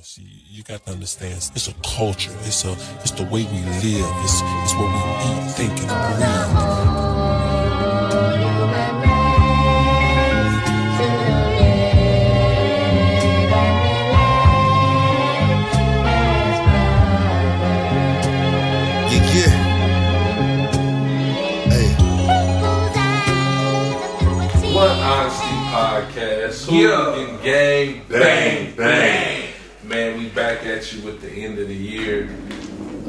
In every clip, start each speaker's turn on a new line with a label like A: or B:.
A: See, you got to understand, it's a culture. It's a, it's the way we live. It's, it's what we eat, think, and breathe.
B: Yeah, yeah. Hey.
C: What honesty podcast? Who
D: Yeah.
C: in game?
D: Bang,
C: Bang,
D: bang.
C: bang. Man, we back at you with the end of the year.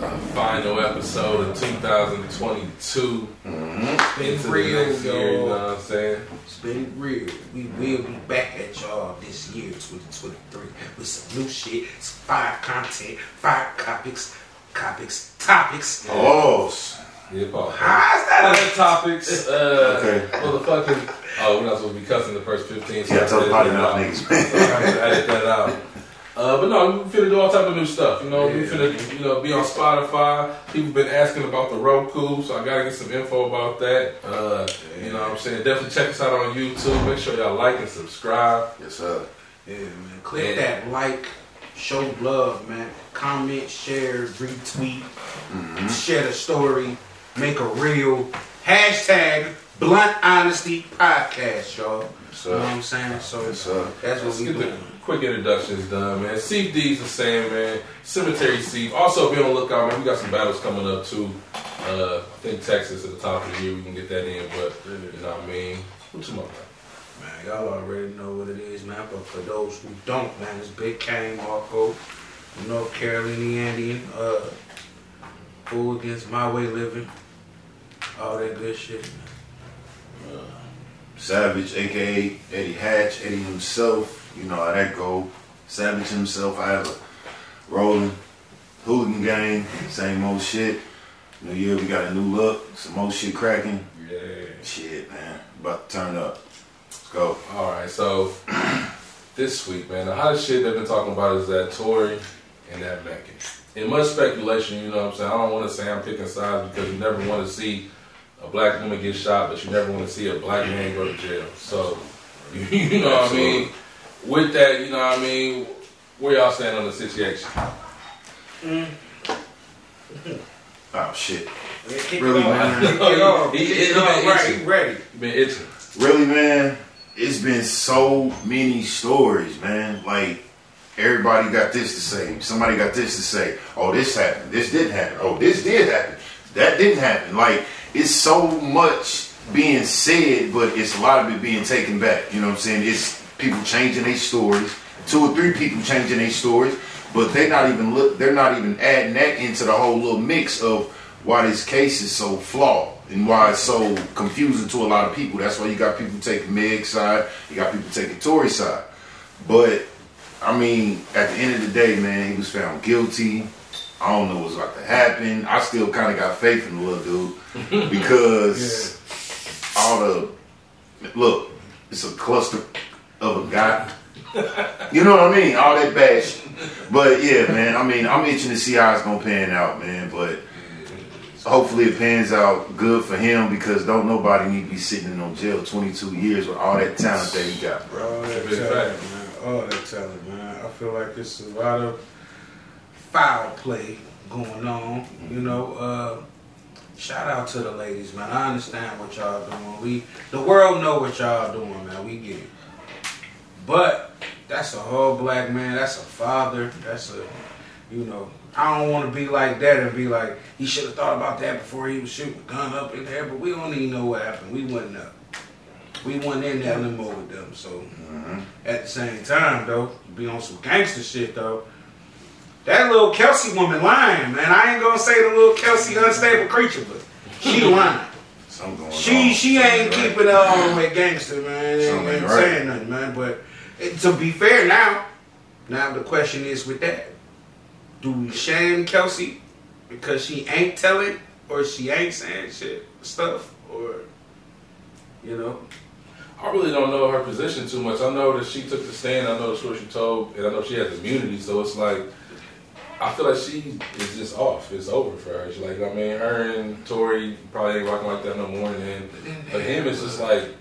C: Uh, final episode of 2022. Into the
D: Real,
C: next year, you know
D: y'all.
C: what I'm saying?
D: It's been real. We will be back at y'all this year, 2023, with some new shit, some fire content, fire topics, topics, topics.
B: Oh. s-
C: Hip hop.
D: How's
C: Other
D: that?
C: topics. Uh,
B: Okay.
C: Motherfucking. Oh, we're not supposed to be cussing the first 15
B: Yeah, I told
C: I
B: probably
C: edited
B: enough
C: it out.
B: niggas, man.
C: So I had to edit that out. Uh, but no, we finna do all type of new stuff. You know, we finna you know be on Spotify. People been asking about the Roku, so I gotta get some info about that. Uh, You know, what I'm saying definitely check us out on YouTube. Make sure y'all like and subscribe.
B: Yes, sir.
D: Yeah, man. Click that like, show love, man. Comment, share, retweet,
C: Mm-hmm.
D: share the story, make a real hashtag blunt honesty podcast, y'all. You know what I'm saying? So
B: Yes, sir.
D: that's what
C: Let's
D: we
C: get the
D: doing.
C: Mm-hmm. quick introductions done, man. Steve D's the same, man. Cemetery Steve. Also, be on the lookout, man. We got some battles coming up too. Uh, I think Texas at the top of the year. We can get that in, but you know what I mean. What's up?
D: Man, y'all already know what it is, man. But for those who don't, man, it's Big Kane, Marco, North Carolina Indian, uh, Fool Against My Way Living, all that good shit.
B: Savage, aka Eddie Hatch, Eddie himself. You know how that go. Savage himself. I have a rolling hooligan gang. Same old shit. New year, we got a new look. Some old shit cracking.
C: Yeah.
B: Shit, man. About to turn up. Let's go.
C: All right, so this week, man, the hottest shit they've been talking about is that Tory and that Megan. And much speculation, you know what I'm saying? I don't want to say I'm picking sides because you never want to see a black woman get shot, but you never want to see a black man go to jail. So, you know what I mean? With that, you know what I mean? Where y'all stand on the situation?
B: Oh shit.
D: Kick
B: Really,
D: it off.
B: man.
D: Kick it off.
C: He-
D: Kick
C: he- he
D: it off.
C: been
D: Right,
C: itching.
D: ready.
C: You been itching.
B: Really, man, it's been so many stories, man. Like, everybody got this to say. Somebody got this to say. Oh, this happened. This didn't happen. Oh, this did happen. That didn't happen. Like, it's so much being said, but it's a lot of it being taken back. You know what I'm saying? It's people changing their stories. Two or three people changing their stories, but they're not even look. They're not even adding that into the whole little mix of why this case is so flawed and why it's so confusing to a lot of people. That's why you got people taking Meg's side, you got people taking Tory's side. But I mean, at the end of the day, man, he was found guilty. I don't know what's about to happen. I still kind of got faith in the little dude because all the look, it's a cluster of a guy. You know what I mean? All that bad shit. But yeah, man. I mean, I'm itching to see how it's gonna pan out, man. But hopefully it pans out good for him because don't nobody need to be sitting in no jail 22 years with all that talent that he got, bro.
E: All that
C: Big
E: talent, man.
D: Oh,
E: All that talent, man. I feel like it's a lot of
D: foul play going on. You know, uh, shout out to the ladies, man. I understand what y'all doing. We, the world know what y'all doing, man. We get it. But that's a whole black man. That's a father. That's a, you know, I don't want to be like that and be like, he should have thought about that before he was shooting a gun up in there. But we don't even know what happened. We wasn't up. We wasn't in that limo with them. So
B: Mm-hmm.
D: at the same time, though, be on some gangster shit though. That little Kelsey woman lying, man. I ain't gonna say the little Kelsey unstable creature, but she lying.
B: Something going
D: She
B: on.
D: she ain't
B: Oh, Right.
D: keeping up on with gangster, man. Ain't,
B: Something
D: ain't
B: right.
D: saying nothing, man. But eh, to be fair, now, now the question is with that: Do we shame Kelsey because she ain't telling, or she ain't saying shit stuff, or you know?
C: I really don't know her position too much. I know that she took the stand. I know the story she told, and I know she has immunity. So it's like, I feel like she is just off. It's over for her. She's like, I mean, her and Tori probably ain't rocking like that no more. And then, but him is just like,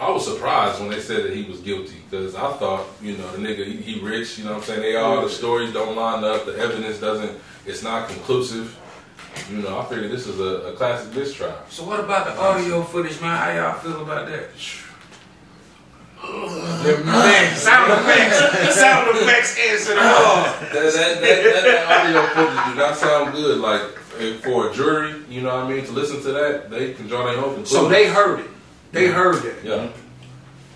C: I was surprised when they said that he was guilty because I thought, you know, the nigga, he, he rich, you know what I'm saying? They all, the stories don't line up, the evidence doesn't, it's not conclusive. You know, I figured this is a, a classic diss trial.
D: So what about the audio footage, man? How y'all feel about that? man, sound effects, sound effects answer the call.
C: that, that, that, that audio footage do not sound good. Like, and for a jury, you know what I mean, to listen to that, they can draw their own conclusions.
D: So they heard it. They heard it.
C: Yeah.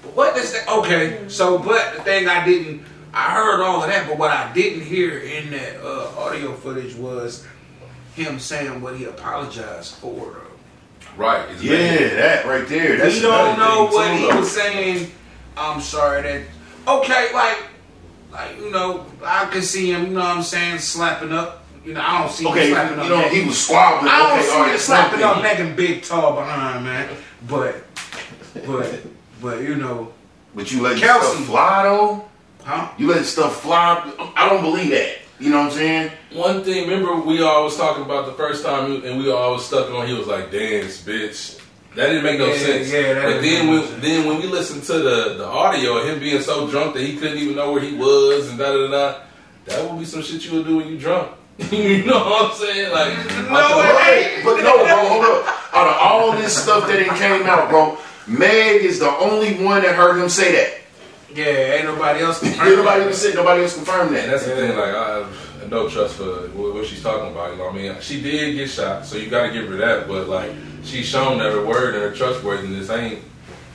D: But what does that? Okay, so but the thing I didn't, I heard all of that, but what I didn't hear in that uh, audio footage was him saying what he apologized for.
C: Right. It's bad.
B: Yeah, that right there. That's
D: we don't
B: another
D: know
B: thing,
D: what
B: too,
D: he
B: though.
D: was saying. I'm sorry that. Okay, like, like you know, I could see him. You know what I'm saying? Slapping up. You know, I don't see
B: Okay,
D: him slapping
B: you
D: up.
B: know
D: Megan.
B: he was squabbling.
D: I don't
B: okay, all
D: see
B: right,
D: him
B: it's
D: slapping
B: one
D: up
B: thing.
D: Megan Big Tall behind man, but, but, but you know,
B: But you letting
D: Kelsey.
B: stuff fly though.
D: huh?
B: You letting stuff fly. I don't believe that. You know what I'm saying?
C: One thing, remember we always talking about the first time, and we always stuck on. He was like, "Dance, bitch." That didn't make no
D: Yeah,
C: sense.
D: yeah, that
C: but
D: didn't
C: then,
D: make no
C: when,
D: sense.
C: then when we listened to the the audio, of him being so drunk that he couldn't even know where he was, and da da da, da. That would be some shit you would do when you drunk. you know what I'm saying? Like,
D: No,
B: But,
D: it ain't.
B: hey, but no, bro, hold up. Out of all this stuff that it came out, bro, Meg is the only one that heard him say that.
D: Yeah, ain't nobody else. can-
B: Nobody even said. Nobody else confirmed
C: And
B: that.
C: that's the thing, like I have no trust for what what she's talking about. You know what I mean? She did get shot, so you got to give her that. But like, she's shown that her word and her trustworthiness ain't.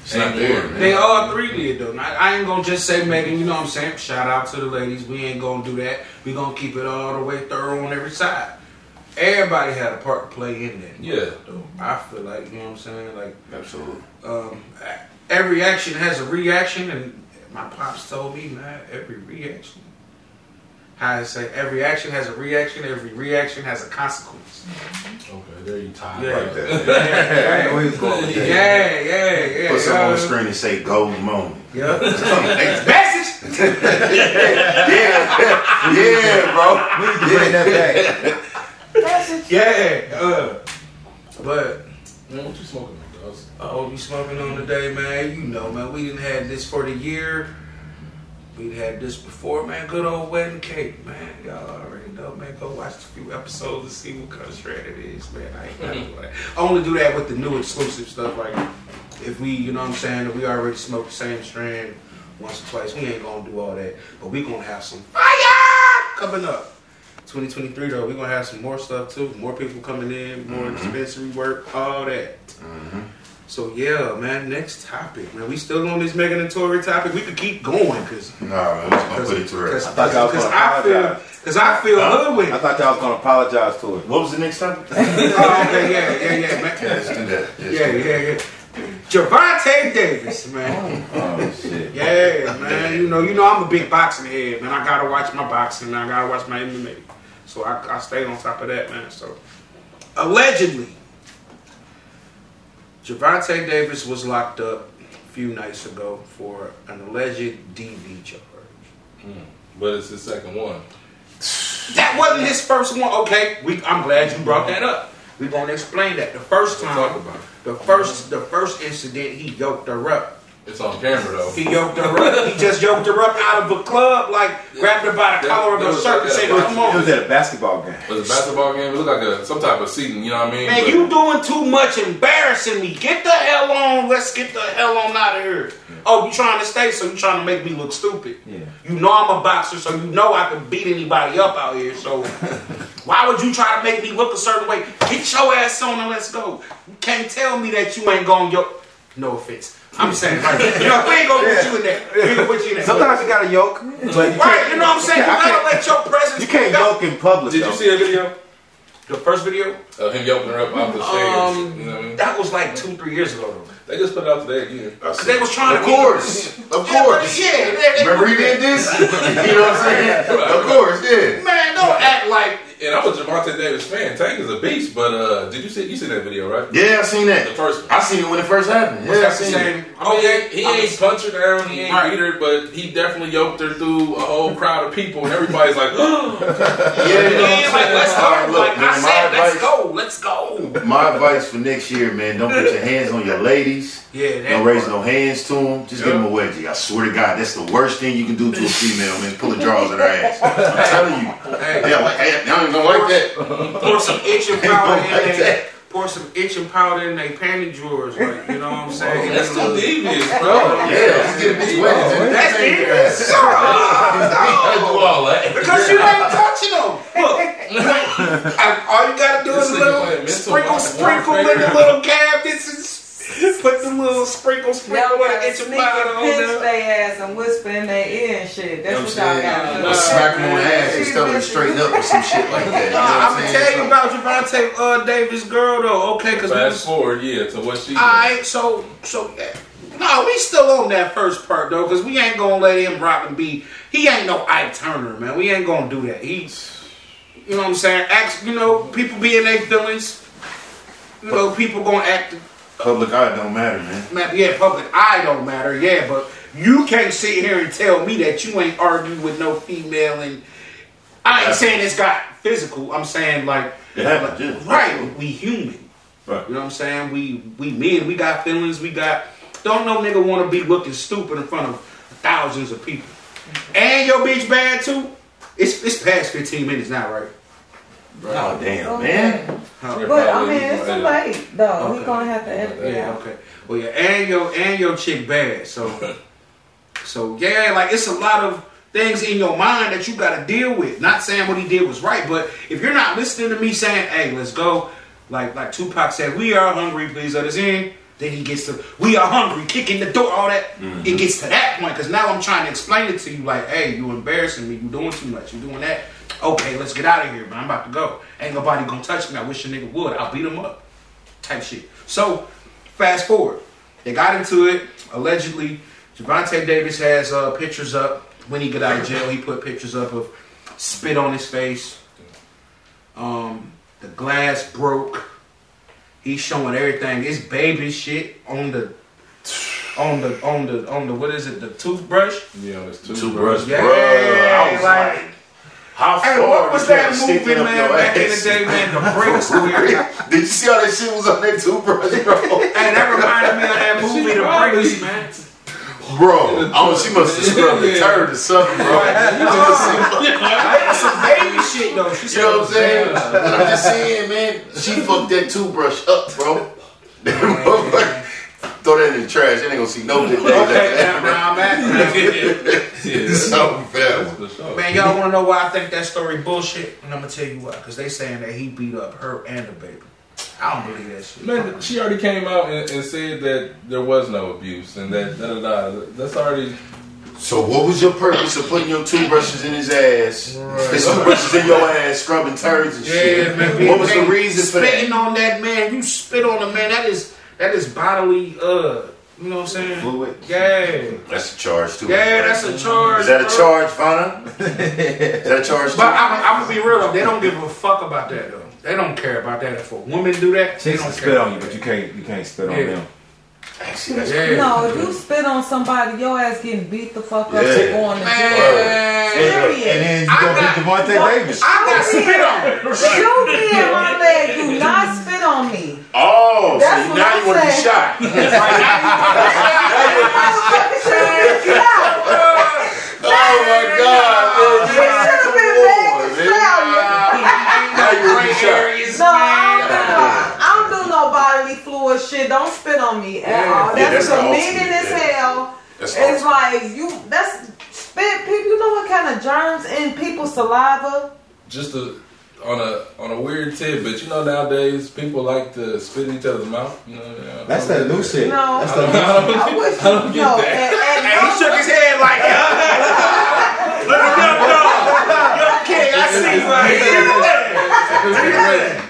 B: It's not
C: ain't
B: there,
C: good.
B: man.
D: They all three did though. Now, I ain't gonna just say Megan, you know what I'm saying? Shout out to the ladies. We ain't gonna do that. We gonna keep it all the way thorough on every side. Everybody had a part to play in that.
C: Yeah.
D: Though. I feel like, you know what I'm saying? Like
B: Absolutely.
D: um, every action has a reaction, and my pops told me, man, every reaction. How I say, every action has a reaction, every reaction has a consequence.
C: Okay, there you tied.
D: Yeah.
C: Right there.
E: I know
D: Yeah,
E: he was going with
D: yeah,
E: that.
D: yeah. yeah
B: Put something on the
D: yeah.
B: screen and say "Golden Moment."
D: Yup. Message.
B: Yeah, yeah, bro.
E: We need to bring that back.
D: Yeah. Uh, but
C: Man, what you smoking, man?
D: I hope you smoking on today, man. You know, man, we didn't had this for the year. We done had this before, man. Good old wedding cake, man. Y'all already know, man. Go watch a few episodes and see what kind of strand it is, man. I ain't gotta do that. I only do that with the new exclusive stuff. Like, if we, you know what I'm saying, if we already smoked the same strand once or twice, we ain't gonna do all that. But we gonna have some fire coming up. 2023 though, we're gonna have some more stuff too. More people coming in, more dispensary work, all that. So yeah, man. Next topic, man. We still on this Megan and Tory topic. We could keep going because
B: Nah, man, we just gonna
D: because
B: put it to
D: because
B: rest.
D: I,
E: thought y'all was gonna
D: feel
E: apologize.
D: because I feel
B: Huh?
E: I
D: hoodwinked.
E: thought y'all was gonna apologize to it.
B: What was the next topic?
D: oh,
B: yeah,
D: okay, yeah, yeah, yeah, man.
B: let's do that. Let's
D: Yeah,
B: do
D: yeah,
B: that.
D: yeah. Javante Davis, man.
E: Oh shit.
D: Yeah, man. You know, you know, I'm a big boxing head, man. I gotta watch my boxing, and I gotta watch my MMA. So I, I stay on top of that, man. So allegedly, Javante Davis was locked up a few nights ago for an alleged DV charge.
C: But it's his second one.
D: That wasn't his first one. Okay, we, I'm glad you brought that up. We're gonna explain that. The first
C: We'll talk
D: time,
C: about it.
D: the first, the first incident, he yoked her up.
C: It's on camera though.
D: He yoked her up. He just yoked her up out of a club, like grabbed her by
C: That-
D: the collar of
C: that
D: her
C: was
D: shirt and
C: like
D: said,
C: that.
D: "Come
E: It
D: on,
E: was at a basketball game.
C: It was a basketball game. It looked like a some type of seating. You know what I mean?
D: man,
C: But
D: you doing too much, embarrassing me. Get the hell on. Let's get the hell on out of here." Oh, you trying to stay? So you trying to make me look stupid?
E: Yeah.
D: You know I'm a boxer, so you know I can beat anybody up out here. So why would you try to make me look a certain way? Get your ass on and let's go. You can't tell me that you ain't going yo. No offense. I'm saying, like, you know, we ain't gonna put you in there. We ain't gonna put you in there.
E: Sometimes you got to yoke, but you
D: Right,
E: can't-
D: you know what I'm saying? You
E: I
D: gotta
E: can't-
D: let your presence.
E: You can't yoke in public.
C: did
E: though.
C: you see a video
D: The first video,
C: of him yelping her up off the stairs?
D: Um,
C: you know what I mean?
D: that was like two, three years ago. though.
C: They just put it out today again.
D: Cause they was trying
B: Of
D: to.
B: course, of
D: Yeah,
B: course.
D: Yeah, they- they-
B: Remember he did this? You know what I'm saying? Of course, yeah.
D: Man, don't act like.
C: And I'm a Javante Davis fan. Tank is a beast, but uh, did you see you see that video right?
B: Yeah, I seen
C: The
B: that.
C: first one.
B: I seen it when it first happened. Yeah, I
D: That's the
B: seen it.
D: same.
C: I mean, he
D: I'm
C: ain't
D: just-
C: punch her down, he ain't
D: Right.
C: beat her, but he definitely yoked her through a whole crowd of people, and everybody's like, "Oh,
B: Yeah,
D: Yeah, like, let's
B: All right,
D: go. Like, I
B: man,
D: said Let's
B: advice-
D: go. Let's go.
B: My advice for next year, man, don't put your hands on your ladies.
D: Yeah, that
B: Don't raise
D: part.
B: no hands to them. Just give them a wedgie. I swear to God, that's the worst thing you can do to a female, man. Pull the drawers in her ass. I'm telling you.
D: Hey,
B: Yeah, like, hey, I ain't gonna like that.
D: pour some itching powder
B: Ain't nobody
D: in
B: that.
D: there. Pour some itching powder in their panty drawers. Like, you know what I'm saying?
C: That's too devious, bro.
B: Yeah, let's get a bitch wedgie. man.
D: That's
B: Take her
D: it.
B: ass.
C: I do all that.
D: Because you ain't touching them. Look, I- all you gotta do is
C: This nigga
D: a
C: playing
D: little
C: mental
D: sprinkle,
C: wa-
D: sprinkle in the
C: warfare.
D: little cabinets and put the little sprinkle,
F: Y'all
D: sprinkle with an
F: gotta
D: inch of
F: sneak
D: powder
F: a
D: on
F: pinch
D: there.
F: they ass and whisper in their ear and shit.
B: You know
F: That's
B: what I'm
F: what y'all
B: saying?
F: gotta do.
B: Or smack them on the ass instead of straighten up or some shit like that. You know what
D: I'm gonna
B: saying?
D: tell you about Javante uh, Davis' girl though, okay? Because we
C: Fast
D: was
C: forward, yeah, to what she.
D: Alright, so so yeah. no, we still on that first part though, cause we ain't gonna let him rock and be. He ain't no Ike Turner, man. We ain't gonna do that. He, you know what I'm saying? Act, you know, people be in their feelings. You know, people gonna act.
B: Public eye don't matter, man.
D: ma- Yeah, public eye don't matter. Yeah, but you can't sit here and tell me that you ain't arguing with no female. And I ain't saying it's got physical. I'm saying like,
B: It happens, yeah.
D: right? We human.
B: Right.
D: You know what I'm saying? We we men, we got feelings, we got don't no nigga wanna be looking stupid in front of thousands of people. And your bitch bad too. It's it's past 15 minutes now, right?
B: Oh damn, man.
F: But I mean, it's too late though.
D: Okay.
F: We gonna have to edit it
D: Yeah,
F: out.
D: okay. Well yeah, and your and your chick bad. So so yeah, like it's a lot of things in your mind that you gotta deal with. Not saying what he did was right, but if you're not listening to me saying, hey, let's go, like like Tupac said, we are hungry, please let us in. Then he gets to we are hungry, kicking the door, all that. It gets to that point because now I'm trying to explain it to you, like, hey, you embarrassing me, you doing too much, you doing that. Okay, let's get out of here, man. I'm about to go. Ain't nobody gonna touch me. I wish a nigga would. I'll beat him up type shit. So, fast forward, they got into it. Allegedly, Javante Davis has uh, pictures up when he got out of jail. He put pictures up of spit on his face. Um, the glass broke. He's showing everything. It's baby shit on the on the on the on the what is it? The toothbrush.
C: Yeah, it's too
B: Toothbrush,
D: Yeah,
B: bruh. I was
D: like-
B: like, how far
D: Hey, what was
B: did you
D: that
B: have
D: movie,
B: sticking up
D: man?
B: your
D: Back in the
B: ass?
D: day, man, the bricks. man.
B: Did you see how that shit was on that toothbrush, bro?
D: Hey, that reminded me of that movie, The Bricks, man.
B: Bro, oh, she must have scrubbed the turd or something, bro. You just see-
D: That's some baby shit though. She
B: You
D: said,
B: know what I'm saying? But I'm just saying, man, she fucked that toothbrush up, bro. That motherfucker- Throw that in the trash. They ain't gonna see no good
D: okay,
B: thing.
D: now, now I'm at now.
B: It's so bad.
C: For sure.
D: Man, y'all wanna know why I think that story bullshit? And I'm gonna tell you why. Cause they saying that he beat up her and the baby. I don't believe that shit.
C: Man, she already came out and, and said that there was no abuse and that da da da. That's already.
B: So what was your purpose of putting your toothbrushes in his ass? His toothbrushes in your ass, scrubbing turds and shit. what was the
D: Hey,
B: reason for that?
D: Spitting on that man, you spit on a man. That is that is bodily. Uh, you know what I'm saying?
B: Fluid.
D: Yeah,
B: That's a charge too.
D: yeah, that's a charge.
B: Is that a
D: bro.
B: charge, Vanna? Is that a charge too?
D: But I'm, I'm gonna be real though. They don't give a fuck about that though. They don't care about that. If a woman do that, they
G: Chicks
D: don't care.
G: can spit on you, but you can't you can't spit on
D: Yeah.
G: them.
B: Actually, that's
D: Yeah.
F: No, if you spit on somebody, your ass getting beat the fuck up
B: Yeah.
F: and going to jail.
D: Man,
F: Period.
G: then
D: I got-
G: Devontae Davis.
D: I got spit on.
F: Shoot me in my leg. Do not spit on me.
B: Oh,
F: That's
B: so
F: what
B: now
F: I'm
B: you want to be
F: saying.
B: shot.
F: Motherfucker should get out.
B: Oh my God,
F: You
B: man.
F: should have been mad as hell.
B: Now you want to be shot.
F: No, I don't do no, I don't do no bodily fluid shit. Don't spit on me at all.
B: Yeah,
F: That's
B: that's the
F: demeaning
B: ultimate,
F: as
B: yeah.
F: hell.
B: That's
F: It's
B: awesome.
F: like you. That's spit. People, you know what kind of germs in people's saliva?
C: just a, on a on a weird tidbit. You know, nowadays people like to spit in each other's mouth. You know, yeah.
G: That's that new shit.
F: No.
G: That's the
F: I wish you
C: don't get
F: no.
C: that.
F: and- and
D: And he
F: no-
D: shook his head like, yeah. Look at them dog. Young king, I see you out here.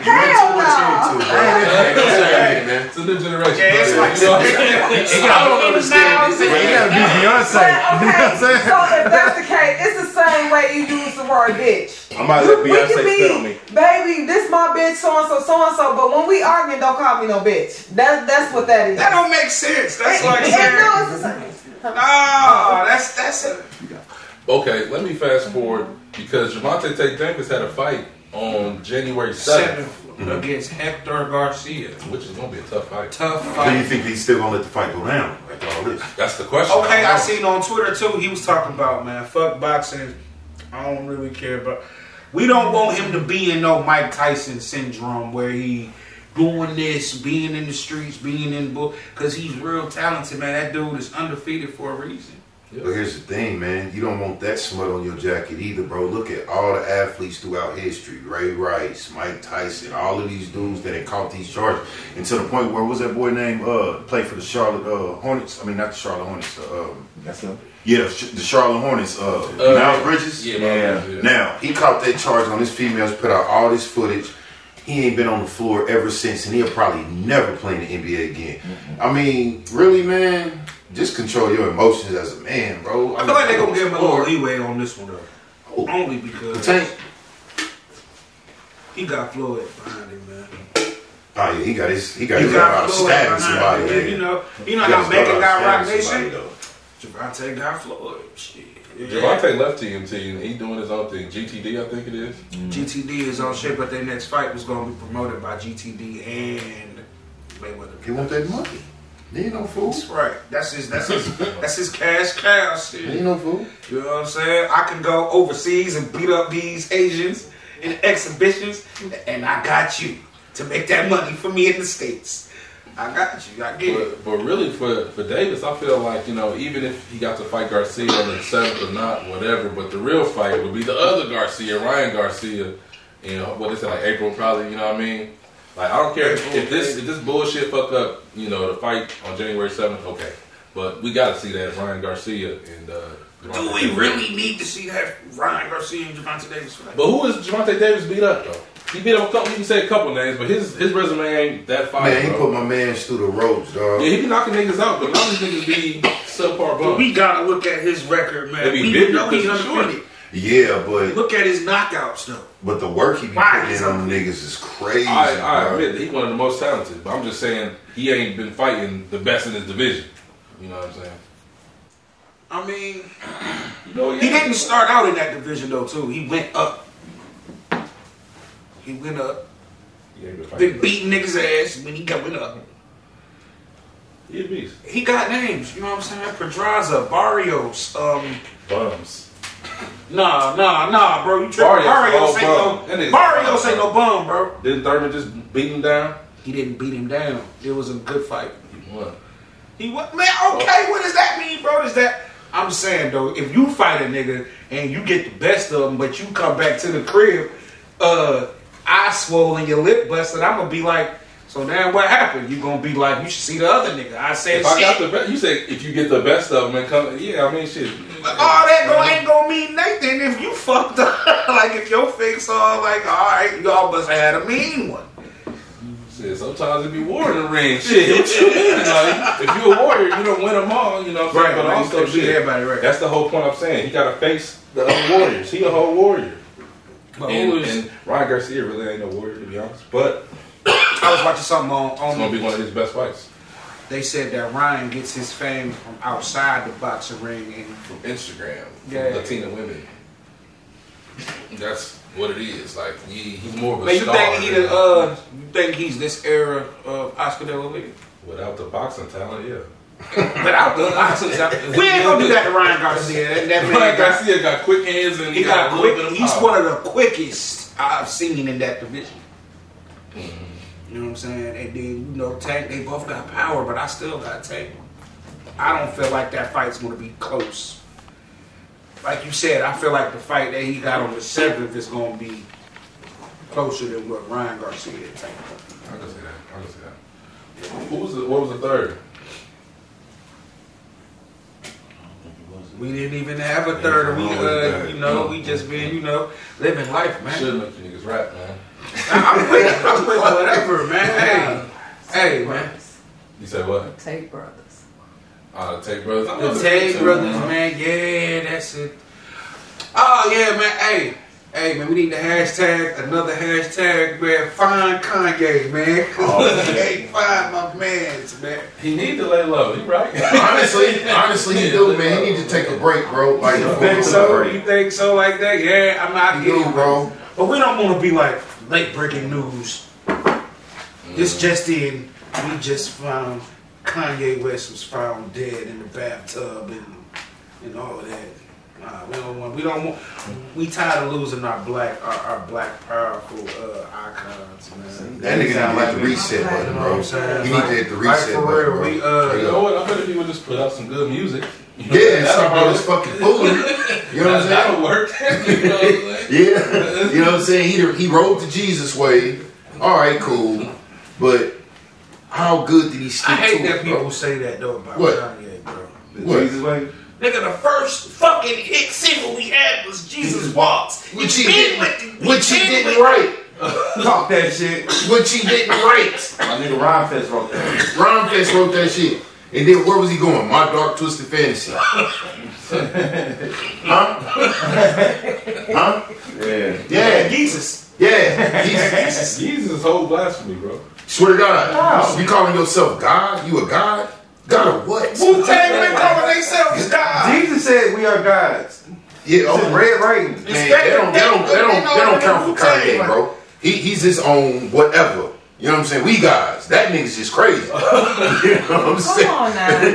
F: Hell no.
B: Hey, don't say it, man.
C: It's a new generation.
D: Yeah, it's
C: bro.
D: like-
C: You know what I'm saying?
B: I don't understand
G: You gotta be Beyonce. You know what I'm
F: But, okay,
G: saying?
F: so if that's the case, it's the same way you use the word bitch.
G: I might let
F: We can
G: Beyonce spit on me.
F: baby, this my bitch, so and so, so and so. But when we arguing, don't call me no bitch. That, that's what that is.
D: That don't make sense. That's like
F: And
D: saying,
F: no, it's the same.
D: nah, that's that's a
C: Okay, let me fast forward because Javante Tate Jenkins had a fight on January
D: Seven
C: 7th,
D: against Hector Garcia.
C: which is going to be a tough fight.
D: Tough
B: Do you
D: fight.
B: think he's still gonna let the fight go down after all this?
C: That's the question.
D: Okay,
C: don't
D: I
C: know.
D: seen on Twitter too. He was talking about man, fuck boxing. I don't really care, but we don't want him to be in no Mike Tyson syndrome where he doing this, being in the streets, being in book, because he's real talented, man. That dude is undefeated for a reason.
B: But here's the thing, man. You don't want that smut on your jacket either, bro. Look at all the athletes throughout history: Ray Rice, Mike Tyson, all of these dudes that had caught these charges, and to the point where what was that boy named uh played for the Charlotte uh, Hornets? I mean, not the Charlotte Hornets. The, um,
G: That's him.
B: yeah, the Charlotte Hornets. Uh,
C: Uh,
B: Miles Bridges.
C: Yeah,
G: Yeah.
C: Miles Bridges.
B: Now he caught that charge on his females, put out all this footage. He ain't been on the floor ever since, and he'll probably never play in the NBA again. I mean, really, man, just control your emotions as a man, bro.
D: I feel like they're gonna give him a little leeway on this one though, only because
B: Tank.
D: he got Floyd behind him, man.
B: Oh yeah, he got his. He got
D: He
B: his out
D: got
B: of
D: Floyd
B: stabbing somebody.
D: behind him.
B: man.
D: You know, you know how
B: He got his
D: Megan
B: brother
D: got Rock
B: stabbing somebody,
D: Nation.
B: though.
D: Javante got Floyd. Shit.
C: Javante left TMT and he doing his own thing. GTD, I think it is.
D: GTD is on shit, but their next fight was gonna be promoted by GTD and
B: He
D: Mayweather.
B: want that money. He ain't no fool.
D: That's right. That's his. That's his. that's his cash cow
B: He ain't
D: shit.
B: no fool.
D: You know what I'm saying? I can go overseas and beat up these Asians in exhibitions, and I got you to make that money for me in the states. I got you. I get it.
C: But, but really, for, for Davis, I feel like, you know, even if he got to fight Garcia on the 7th or not, whatever, but the real fight would be the other Garcia, Ryan Garcia, you know, what is it, like April probably, you know what I mean? Like, I don't care if, if this if this bullshit fuck up, you know, the fight on January 7th, okay. But we got to see that Ryan Garcia and. Uh,
D: Do we really need to see that Ryan Garcia and Javante Davis fight?
C: But who is Javante Davis beat up, though? He beat up a couple, you can say a couple names, but his, his resume ain't that fire.
B: Man, he
C: bro.
B: put my mans through the ropes, dog.
C: Yeah, he be knocking niggas out, but now these niggas be subpar
D: But
C: bums.
D: we gotta look at his record, man.
C: Maybe
D: We
C: bigger
D: know he's
C: because he's short.
D: undefeated.
B: Yeah, but
D: Look at his knockouts, though.
B: but the work he be
D: Why?
B: putting in on niggas is crazy.
C: I, I
B: bro.
C: admit that he's one of the most talented, but I'm just saying he ain't been fighting the best in his division. You know what I'm saying?
D: I mean,
C: You know,
D: he didn't start out in that division though. Too, he went up. He went up.
C: He ain't been
D: Been
C: fighting.
D: beating niggas' ass when he coming up.
C: He a beast.
D: He got names. You know what I'm saying? Pedraza, Barrios. Um,
C: Bums.
D: nah, nah, nah, bro. You tripping?
C: Barrios, oh,
D: Barrios ain't
C: bum. That
D: no
C: nigga-
D: Barrios ain't no bum, bro.
C: Didn't Thurman just beat him down?
D: He didn't beat him down. It was a good fight.
C: What?
D: He what? Man, okay. What does that mean, bro? Is that? I'm saying though, if you fight a nigga and you get the best of him, but you come back to the crib, uh, eye swollen, your lip busted, I'm gonna be like, so now what happened? You gonna be like, you should see the other nigga. I said,
C: If I got
D: shit.
C: the best, you say if you get the best of them and come, yeah, I mean shit.
D: all that go ain't gonna mean nothing if you fucked up. like if your face all like, all right, y'all must have had a mean one.
C: Shit, sometimes it be war in the ring. Shit, what you mean? Like, if you a warrior, you don't win them all. You know, what I'm saying?
D: Right,
C: but
D: man, you
C: also
D: couldn't beat
C: shit.
D: everybody, right.
C: That's the whole point I'm saying. He got to face the other warriors. He a whole warrior.
D: But
C: And,
D: who is?
C: and Ryan Garcia really ain't no warrior to be honest, but
D: I was watching something on
C: it's gonna
D: on
C: be one of his best fights
D: They said that Ryan gets his fame from outside the boxing ring and
C: from Instagram, from
D: Yeah.
C: Latina women. That's what it is. Like he, he's more of a
D: Man, you
C: star
D: think he
C: than-
D: the, uh, you think he's this era of Oscar De La Hoya?
C: without the boxing talent, yeah.
D: But I the Oscar, we ain't gonna do that to Ryan Garcia. That, that man
C: Ryan
D: got,
C: Garcia got quick hands and
D: he
C: he
D: got
C: got, a little bit
D: quick.
C: of
D: He's
C: power.
D: one of the quickest I've seen in that division. You know what I'm saying? And then you know Tank, they both got power, but I still got Tank. I don't feel like that fight's gonna be close. Like you said, I feel like the fight that he got on the seventh is gonna be closer than what Ryan Garcia and Tank.
C: I can see that. I can see that. Who was the, what was the third?
D: We didn't even have a third. We,
B: wrong with
D: uh,
B: that.
D: you know, we just been, you know, living life, man.
C: Should make you niggas rap, man.
D: I'm with, I'm with whatever, man. Hey, hey, man.
C: You said what?
F: Tate Brothers.
C: Uh, Tate Brothers. I
D: The
C: love
D: Tay
C: Tate
D: brothers, man. Yeah, that's it. Oh yeah, man. Hey, hey, man. We need the hashtag. Another hashtag, man. Find Kanye, man. Oh, we can't find my man's, man.
C: He need to lay low. You right?
B: honestly, honestly, he do, man. He need to take a break, bro. Like,
D: You think so? You think so? Like that? Yeah, I'm
B: He
D: out
B: do,
D: here,
B: bro.
D: But we don't want to be like late breaking news.
B: Mm.
D: This just in, we just found Kanye West was found dead in the bathtub and and all of that. Nah, we don't want. We don't want. We tired of losing our black, our, our black powerful uh, icons, man.
B: That nigga didn't like the reset button, bro. He need to hit the
D: Like
B: reset
D: for
B: button,
D: real, we
B: bro.
D: uh,
C: You know what? I bet if you would just put out some good music. You know,
B: Yeah, and
C: that'll
B: stop all
C: work.
B: this fucking fooling. You know what I'm saying?
C: That'll work. You know what I'm saying?
B: Yeah, you know what I'm saying. He he rode the Jesus way. All right, cool, but how good did he
D: I
B: stick
D: hate
B: to
D: that
B: it, bro?
D: people say that though about
B: What?
D: Kanye, bro.
B: What?
G: Jesus way.
D: Nigga, the first fucking hit single we had was Jesus Walks.
B: Which he
D: You been
B: didn't,
D: with the-
B: which he
D: you been
B: didn't
D: with-
B: write,
G: Talk that shit.
B: which he didn't write.
G: My nigga Ron Fest wrote that.
B: Ron Fest wrote that shit, and then where was he going? My dark twisted fantasy, huh? huh?
G: Yeah.
B: Yeah,
D: Jesus.
B: yeah. He's,
C: Jesus, whole blasphemy, bro.
B: swear to God, you calling yourself God? You a God? God of what?
D: Wu Tang been calling themselves God.
G: Jesus said we are gods.
B: Yeah,
G: It's
B: oh,
G: in red writing.
B: Man, that don't, that don't, that don't, that don't count for Kanye, bro. He, he's his own whatever. You know what I'm saying? We guys, that nigga's just crazy. you know what I'm
F: Come
B: saying?
F: on now. No.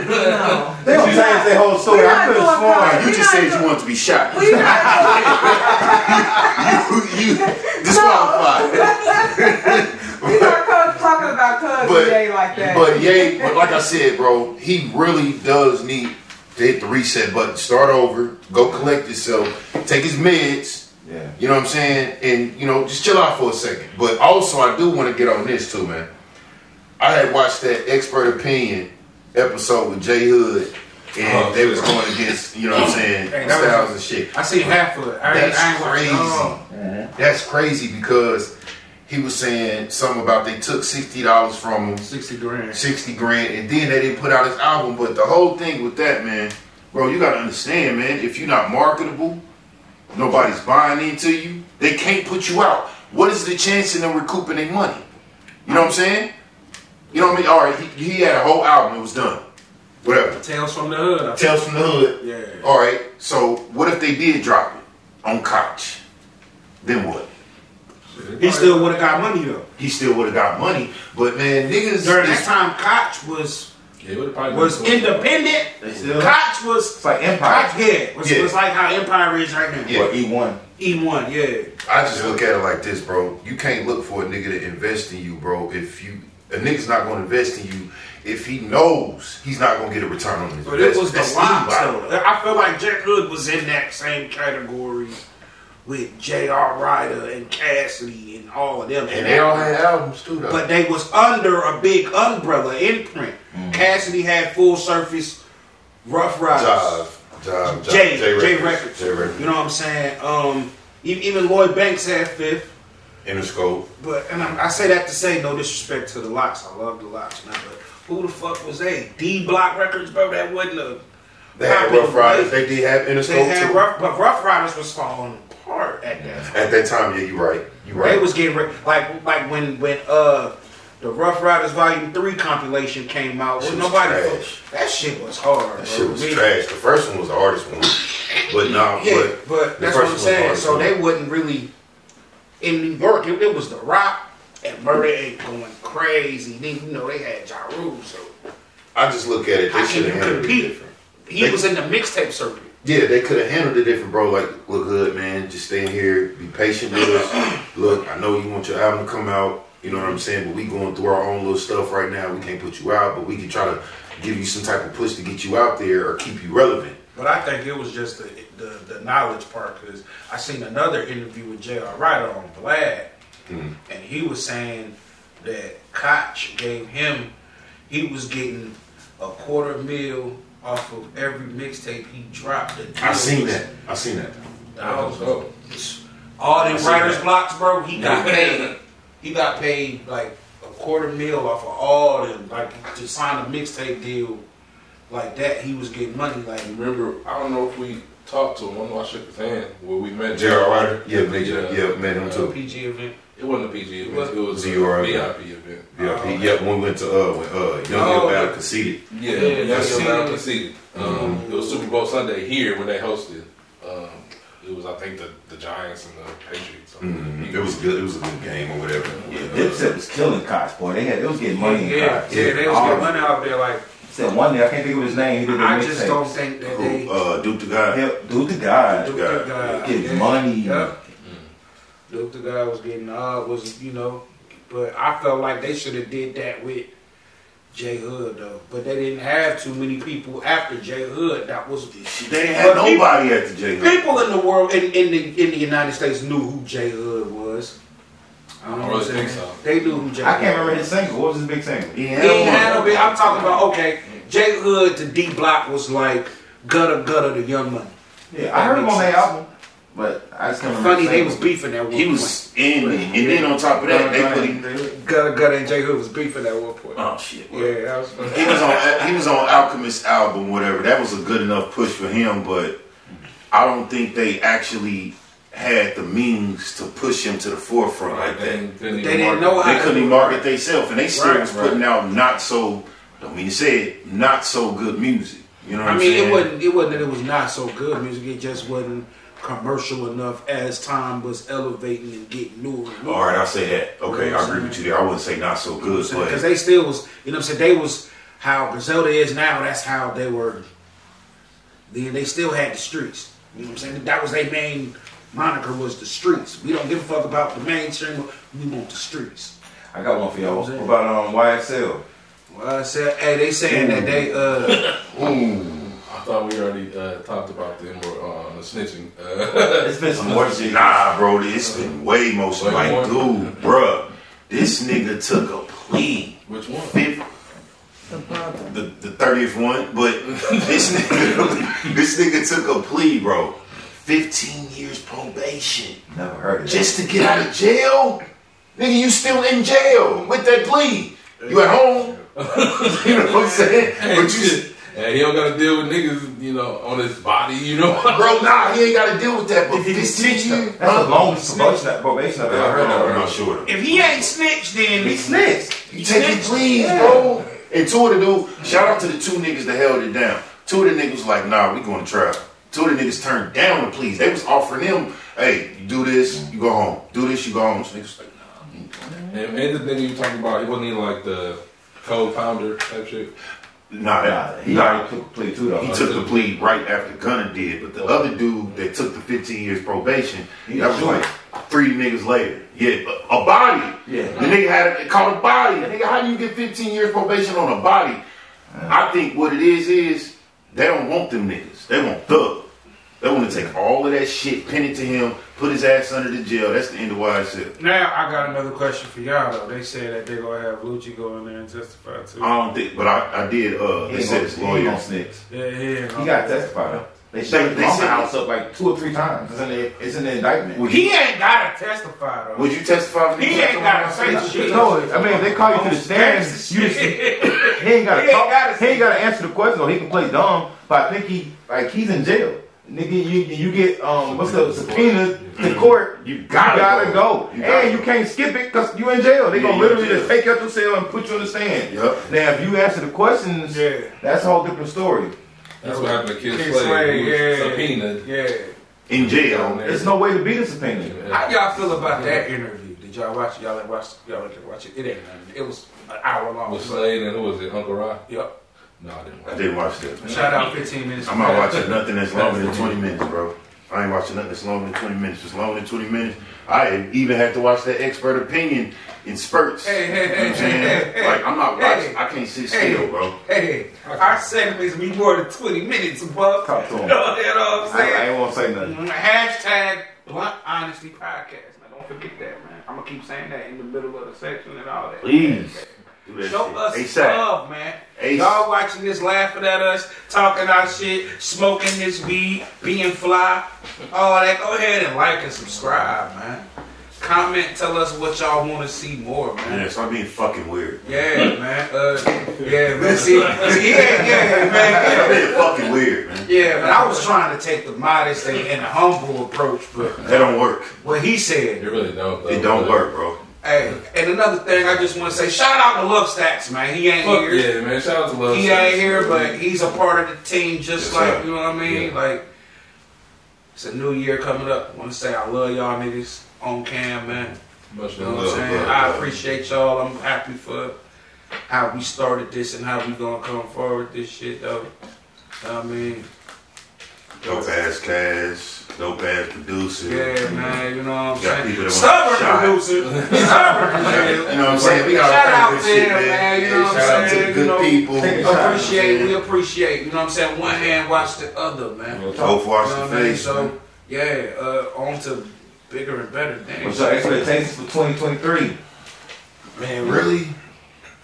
G: They don't change their whole story.
F: We're
G: I
F: not
G: could
F: doing
G: have
F: that.
B: Now, you just said you wanted to be shot.
F: We not
B: you disqualified.
F: we not co- talking about Cuz
B: But-
F: today like that.
B: But yay, but like I said, bro, he really does need to hit the reset button. Start over. Go collect yourself. Take his meds.
G: sworn. Yeah.
B: You know what I'm saying? And you know, just chill out for a second. But also, I do want to get on this too, man. I had watched that expert opinion episode with Jay Hood, and
C: Oh,
B: they was going against you know what I'm saying
D: Hey, that was-
B: Styles and shit.
D: I see half of it. I, ain't- I ain't
B: That's
D: watching
B: crazy.
D: it all.
B: That's crazy because he was saying something about they took sixty dollars from him,
D: Sixty grand.
B: sixty grand, and then they didn't put out his album. But the whole thing with that, man, bro, you gotta understand, man. If you're not marketable, nobody's buying into you. They can't put you out. What is the chance in them recouping their money? You know what I'm saying? You know what I mean? All right, he, he had a whole album. It was done. Whatever.
D: Tales from the Hood. I
B: Tales from the Hood.
D: Yeah.
B: All right. So what if they did drop it on Koch? Then what?
D: He still would have got money though.
B: He still would have got money, but man, niggas
D: During that
B: is-
D: time, Koch was
C: It would probably
D: was
C: been cool.
D: independent.
G: They still.
D: Koch was
G: It's like
D: Koch,
G: Empire.
D: yeah. Was,
B: Yeah.
D: was like how Empire is right now.
B: Yeah.
G: Or E1.
D: E one, yeah.
B: I just look at it like this, bro. You can't look for a nigga to invest in you, bro. If you a nigga's not gonna invest in you if he knows he's not gonna get a return on his
D: But it was the
B: That's
D: lines
B: anybody.
D: though. I feel like Jack Hood was in that same category with J.R. Ryder and Cassidy and all of them.
B: And they all had albums too, though.
D: but they was under a big umbrella imprint.
B: Mm-hmm.
D: Cassidy had full surface Rough Riders.
B: Jive, Jive, Jive,
D: J, J Records.
B: J Records,
D: You know what I'm saying? Um, e- even Lloyd Banks had fifth.
B: Interscope.
D: But and I, I say that to say no disrespect to the locks. I love the locks, man. But who the fuck was they? D Block Records, bro. That wasn't a
B: They had
D: poppin'
B: Rough Riders.
D: place.
B: They did have
D: They
B: Interscope
D: had
B: too.
D: rough, but Rough Riders was falling apart at that time.
B: At that time, yeah, you right, you right.
D: They was getting re- like like when when uh the Rough Riders Volume Three compilation came out.
B: Shit
D: Well,
B: was
D: nobody
B: trash.
D: that shit was hard.
B: that
D: bro.
B: shit was
D: Me-
B: trash. The first one was the hardest one, but nah,
D: Yeah,
B: but,
D: but that's
B: the first
D: what
B: one
D: I'm
B: was the
D: saying.
B: hardest
D: So
B: one.
D: they wouldn't really in New York. It, it was the Rock and Murder Inc. going crazy. Then you know they had Ja Rule, so
B: I just look at it. They
D: I
B: should
D: can't
B: have
D: even
B: handled it
D: compete.
B: different.
D: He
B: They-
D: was in the mixtape circuit.
B: Yeah, they could have handled it different, bro. Like, look good, man. Just stay in here. Be patient with us. Look, I know you want your album to come out. You know what I'm saying? But we going through our own little stuff right now. We can't put you out, but we can try to give you some type of push to get you out there or keep you relevant.
D: But I think it was just the the, the knowledge part because I seen another interview with J.R. Ryder on Vlad,
B: Hmm.
D: and he was saying that Koch gave him he was getting a quarter mil off of every mixtape he dropped. The
B: I
D: deal
B: seen
D: was
B: that. I seen that.
C: Oh.
D: thousands. All them
B: seen
D: writers
B: that.
D: blocks, bro. He got
B: Yeah.
D: paid. He got paid like a quarter mil off of all them. Like to sign a mixtape deal like that, he was getting money like.
C: Remember, I don't know if we talked to him. I know I shook his hand where we met
B: Gerald Ryder? Yeah, met
C: Yeah.
B: Gerald. Yeah, met him too.
D: PG event.
C: It wasn't a PG event. It was a
B: Zero.
C: VIP event.
B: Yeah, he, yeah. When we went to uh, when uh, Young
D: Oh,
B: Hill Battle
D: yeah.
B: conceded.
C: Yeah,
D: Yeah,
C: yeah, that's
D: yeah.
C: yeah. Um, it was Super Bowl Sunday here when they hosted. Um, it was I think the, the Giants and the Patriots. so-
B: Mhm. It was good. It was a good game or whatever.
G: Yeah,
B: Yeah.
G: Dipset was killing Koch, boy. They had, they was getting money. in
H: Yeah,
G: Koch.
H: yeah, they was
G: All-
H: getting money out there. Like
G: Said one day, I can't think of his name. He did a
H: I just
G: mixtape.
H: don't think that they.
E: Who, uh, Duke the guy.
G: Help, dude, the guy.
H: Duke the guy,
G: Get
H: yeah,
G: money.
H: Yep. Duke the guy was getting uh was you know, but I felt like they should have did that with Jay Hood though. But they didn't have too many people after Jay Hood. That was
E: They didn't have
H: But people-
E: nobody at the J.
H: people in the world in, in the in the United States knew who Jay Hood was. I don't
C: I
H: know what
C: really
H: I'm
C: think
H: saying.
C: so.
H: They knew who Jay.
G: I
H: Hood
G: can't remember
H: was.
G: his single. What was his big single?
E: He
H: He ain't
E: had
H: had
E: one.
H: no big. I'm talking about okay. Jay Hood to D Block was like gutter gutter to Young Money.
G: Yeah, I heard him on
H: That
G: that
H: makes
G: album, but I just can't remember.
H: Funny
G: his
H: they was
G: single.
H: beefing at one
E: He was in it. And then on top of that, they put him.
H: point. Gutter gutter and Jay Hood was beefing at one point.
E: Oh shit. well,
H: Yeah, that was funny.
E: He was on uh, he was on Alchemist's album, whatever. That was a good enough push for him, but I don't think they actually had the means to push him to the forefront like
C: They
E: that.
C: didn't, couldn't
H: They
C: even
H: didn't
C: market.
H: know how-
E: They couldn't even market themselves, and they still
H: Right,
E: was putting out not so. Don't mean to say it, not so good music. You know what I
H: I
E: am
H: mean,
E: saying?
H: it wasn't. It wasn't that it was not so good music. It just wasn't commercial enough as time was elevating and getting newer. And newer.
E: All right, I'll say that. Okay, I agree with you there. I wouldn't say not so good,
H: because
E: but
H: they still was. You know what I'm saying? They was how Griselda is now. That's how they were. Then they still had the streets. You know what I'm saying? That was their main moniker was the streets. We don't give a fuck about the mainstream. We want the streets.
G: I got one for y'all. What about um, YSL?
H: Well, I said, hey, they saying that they uh
C: I thought we already uh, talked about the, uh, the snitching. Uh,
G: It's been some more shit.
E: nah, bro, it's been way more.
C: Way
E: like,
C: more.
E: dude, bruh, this nigga took a plea.
C: which one?
E: Fif-
F: The brother.
E: the the thirtieth one, but this nigga, this nigga took a plea, bro. Fifteen years probation
G: Never heard of it.
E: just to get out of jail. Nigga, you still in jail with that plea. You at home. you know what I'm saying? But you, just-
C: And he don't got to deal with niggas, you know, on his body, you know.
E: bro, nah, he ain't got to deal with that. But fifteen years,
G: That's the longest probation, probation I've ever heard of.
E: sure.
H: if he ain't snitched, then
G: He snitched.
E: You taking pleas, bro. And two of the dude, shout out to the two niggas that held it down. Two of the niggas was like, nah, we going to trial. Two of the niggas turned down the pleas. They was offering them, hey, you do this, you go home. Do this, you go home. So niggas was like,
C: And, and the nigga you talking about, he wasn't even like the cold pounder type shit.
E: nah,
G: Nah,
E: that,
G: he
E: nah,
G: already took plea too though.
E: He took the plea right after Gunner did, but the other dude that took the 15 years probation, that was
G: sure.
E: like three niggas later. Yeah, a, a body.
G: Yeah.
E: The nigga had it called a body. Nigga, how do you get 15 years probation on a body? I think what it is is they don't want them niggas. They want thug. They want to take all of that shit, pin it to him, put his ass under the jail. That's the end of YSL.
D: Now I got another question for y'all though. They said that they gonna have Lucci go in there and testify too.
E: I don't think, but I, I did. Uh,
G: He
E: they said it's
G: ain't gonna
E: lawyers.
G: snitch.
D: yeah, yeah.
G: He got testified. They shut his
E: they
G: mama
E: said-
G: house up like two or three times. It's in the, it's in the indictment.
E: Would you,
D: He ain't gotta testify though.
E: would you testify? for
D: He
E: the
D: ain't gotta
E: testimony?
D: say shit.
G: No, I mean if they call you to the stand, you just, he ain't
D: He
G: got to
D: ain't
G: talk.
D: gotta
G: He ain't got to answer the question, or he can play dumb. But I think he like he's in jail. Nigga, you you get um what's the subpoena to court.
E: You gotta go.
G: go,
E: You gotta
G: and you
E: go.
G: can't skip it because you in jail. They
E: Yeah,
G: gonna
E: you in
G: literally just
E: jail.
G: take you out the cell and put you on the stand.
E: Yup.
G: Now if you answer the questions,
D: Yeah.
G: that's a whole different story.
C: That's what happened to Kid
D: Kid
C: Slade.
D: Slade,
C: who was
D: yeah.
C: subpoenaed
D: Yeah.
E: in jail?
C: down there.
G: There's no way to beat a subpoena.
D: How y'all feel about that interview? Did y'all watch it? Y'all ain't watched y'all ain't watch it. It ain't nothing. It was an hour long.
C: With Slade and who was it? Uncle Rock?
D: Yep.
C: No, I didn't.
E: I
C: Watch it.
E: didn't watch that.
D: Shout out 15 minutes.
E: I'm not watching nothing that's longer than 20 minutes, bro. I ain't watching nothing that's longer than 20 minutes. It's longer than 20 minutes. I even had to watch that expert opinion in spurts.
D: Hey, hey,
E: you know what I'm
D: hey,
E: saying?
D: hey,
E: like, I'm not watching.
D: hey.
E: I can't sit
D: Hey.
E: still, bro.
D: Hey, our segments be more than 20 minutes above.
G: Talk to him.
D: You know what I'm
G: I, I
D: saying? Mm,
G: ain't want to say nothing.
D: Hashtag Blunt Honesty Podcast. Now, don't forget that, man. I'm going to keep saying that in the middle of the section and all that.
E: Please. Do that
D: Show
E: shit.
D: us
E: ASAP.
D: love, man.
E: ASAP.
D: Y'all watching this, laughing at us, talking our shit, smoking this weed, being fly, all that. Go ahead and like and subscribe, man. Comment, tell us what y'all want to see more, man.
E: Yeah, stop being fucking weird.
D: Yeah, man. Uh, yeah, man. See, see, yeah, yeah, man.
E: Stop being fucking weird, man.
D: Yeah, but I was trying to take the modest and, and humble approach, but
E: That don't work.
D: what he
C: It
D: said,
C: really don't. though.
E: It don't work, bro.
D: hey, and another thing I just want to say, shout out to Love Stacks, man. He ain't
C: Fuck
D: here.
C: yeah, man. Shout out to Love.
D: He
C: Sacks,
D: ain't here,
C: bro.
D: but he's a part of the team just
E: Yes,
D: like,
E: sir.
D: you know what I mean?
C: Yeah.
D: Like, It's a new year coming up. want to say I love y'all niggas on cam, man.
C: Much
D: You know
C: love.
D: what I'm
I: Love,
D: saying?
I: love,
D: I
I: love.
D: appreciate y'all. I'm happy for how we started this and how we gonna come forward with this shit though. I mean,
B: Dope ass cast, dope ass producer.
D: yeah, man, you know what I'm
B: Got people
D: saying?
B: that
D: Stubborn
B: want shot.
D: producer. Stubborn
B: You know
D: producer.
B: what I'm saying? We
D: Shout out
B: got
D: to them, man. You know what I'm
B: Shout out to
D: saying?
B: the
D: You know,
B: good people.
G: take a shot.
D: Appreciate, we appreciate, you know what I'm saying? One hand wash the other, man. You
B: Hope wash
D: know
B: the
D: what I mean?
B: face. man.
D: So, yeah, uh, on to bigger and better things.
G: What's your expectations for 2023?
B: Man, really?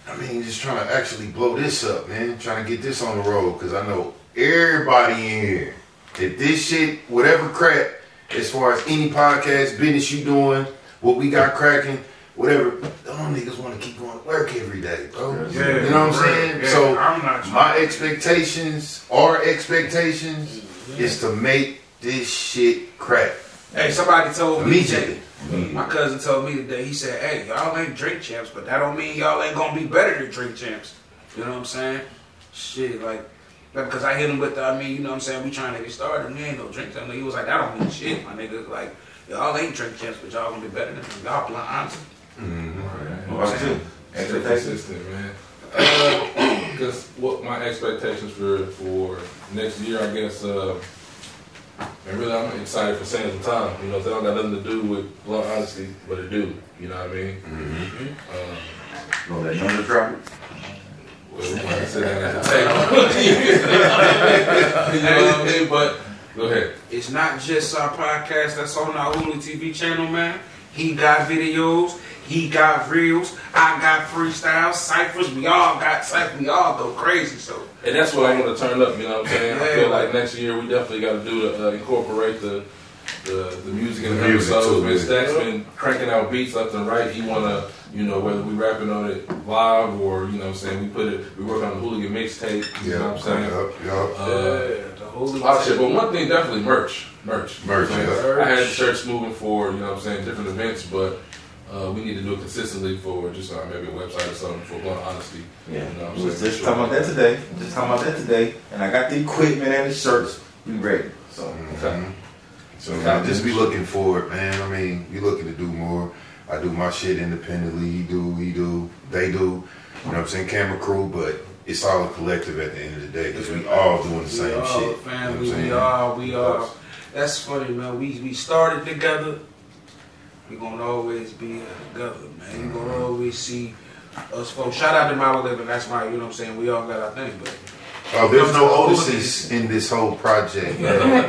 B: I mean, just trying to actually blow this up, man. Trying to get this on the road because I know everybody in here that this shit, whatever crap, as far as any podcast business you doing, what we got cracking, whatever, them niggas want to keep going to work every day, bro.
D: Yeah,
B: you know what I'm saying?
D: Yeah,
B: so
D: I'm not trying-
B: my expectations, our expectations, is to make this shit crack
D: Hey, somebody told me
B: immediately.
D: that. My cousin told me today. He said, "Hey, y'all ain't drink champs, but that don't mean y'all ain't gonna be better than drink champs." You know what I'm saying? Shit, like, like, because I hit him with the. I mean, you know what I'm saying? We trying to get started. We ain't no drink champs. He was like, "That don't mean shit, my nigga." Like, y'all ain't drink champs, but y'all gonna be better than them. y'all. Blunt, honestly.
G: What's your
C: And stay
G: expectations?
C: consistent, man. Because what my expectations for for next year, I guess. Uh, and really, I'm excited for Sands and Time. You know, that don't got nothing to do with blunt honesty, but it do. You know what I mean?
I: Gonna let none of the drop.
C: Well, we might sit down at the table. you know what I mean? But go ahead.
D: It's not just our podcast that's on our Hulu TV channel, man. He got videos. He got reels. I got freestyles, ciphers. We all got ciphers. We all go crazy. So
C: And that's what I want to turn up, you know what I'm saying? I
D: Yeah.
C: feel like next year we definitely got to do to uh, incorporate the, the the music in the
B: The music
C: episodes.
B: too,
C: Man,
B: yeah.
C: Stack's been cranking out beats left and right. He want to, you know, whether we rapping on it live or, you know what I'm saying, we put it, we work on the hooligan mixtape, you know what I'm saying?
B: yeah.
C: Uh,
D: the Hulu.
C: a lot of shit, but one thing definitely merch, merch,
B: Merch,
C: You know what I'm
B: yeah.
C: saying? I had shirts moving for you know what I'm saying different events, but uh, we need to do it consistently for just uh, maybe a website or something for blunt honesty.
G: Yeah,
C: You know what
G: we
C: I'm
G: was
C: saying?
G: just talking about that today. Just talking about that today, and I got the equipment and the shirts. We ready. So
C: Okay.
B: So man, just be looking forward, man. I mean, we looking to do more. I do my shit independently. He do, he do, they do. You know what I'm saying? Camera crew, but it's all a collective at the end of the day because we all doing the
D: we
B: same
D: are
B: shit.
D: Family,
B: you know
D: we
B: what I'm
D: are, we are. That's funny, man. We we started together. We're gonna always be together, man. You're gonna always see us folks. Shout out to Mama Living. That's my, you know what I'm saying. We all got our thing, but
B: Oh, there's no Otis in this whole project. man.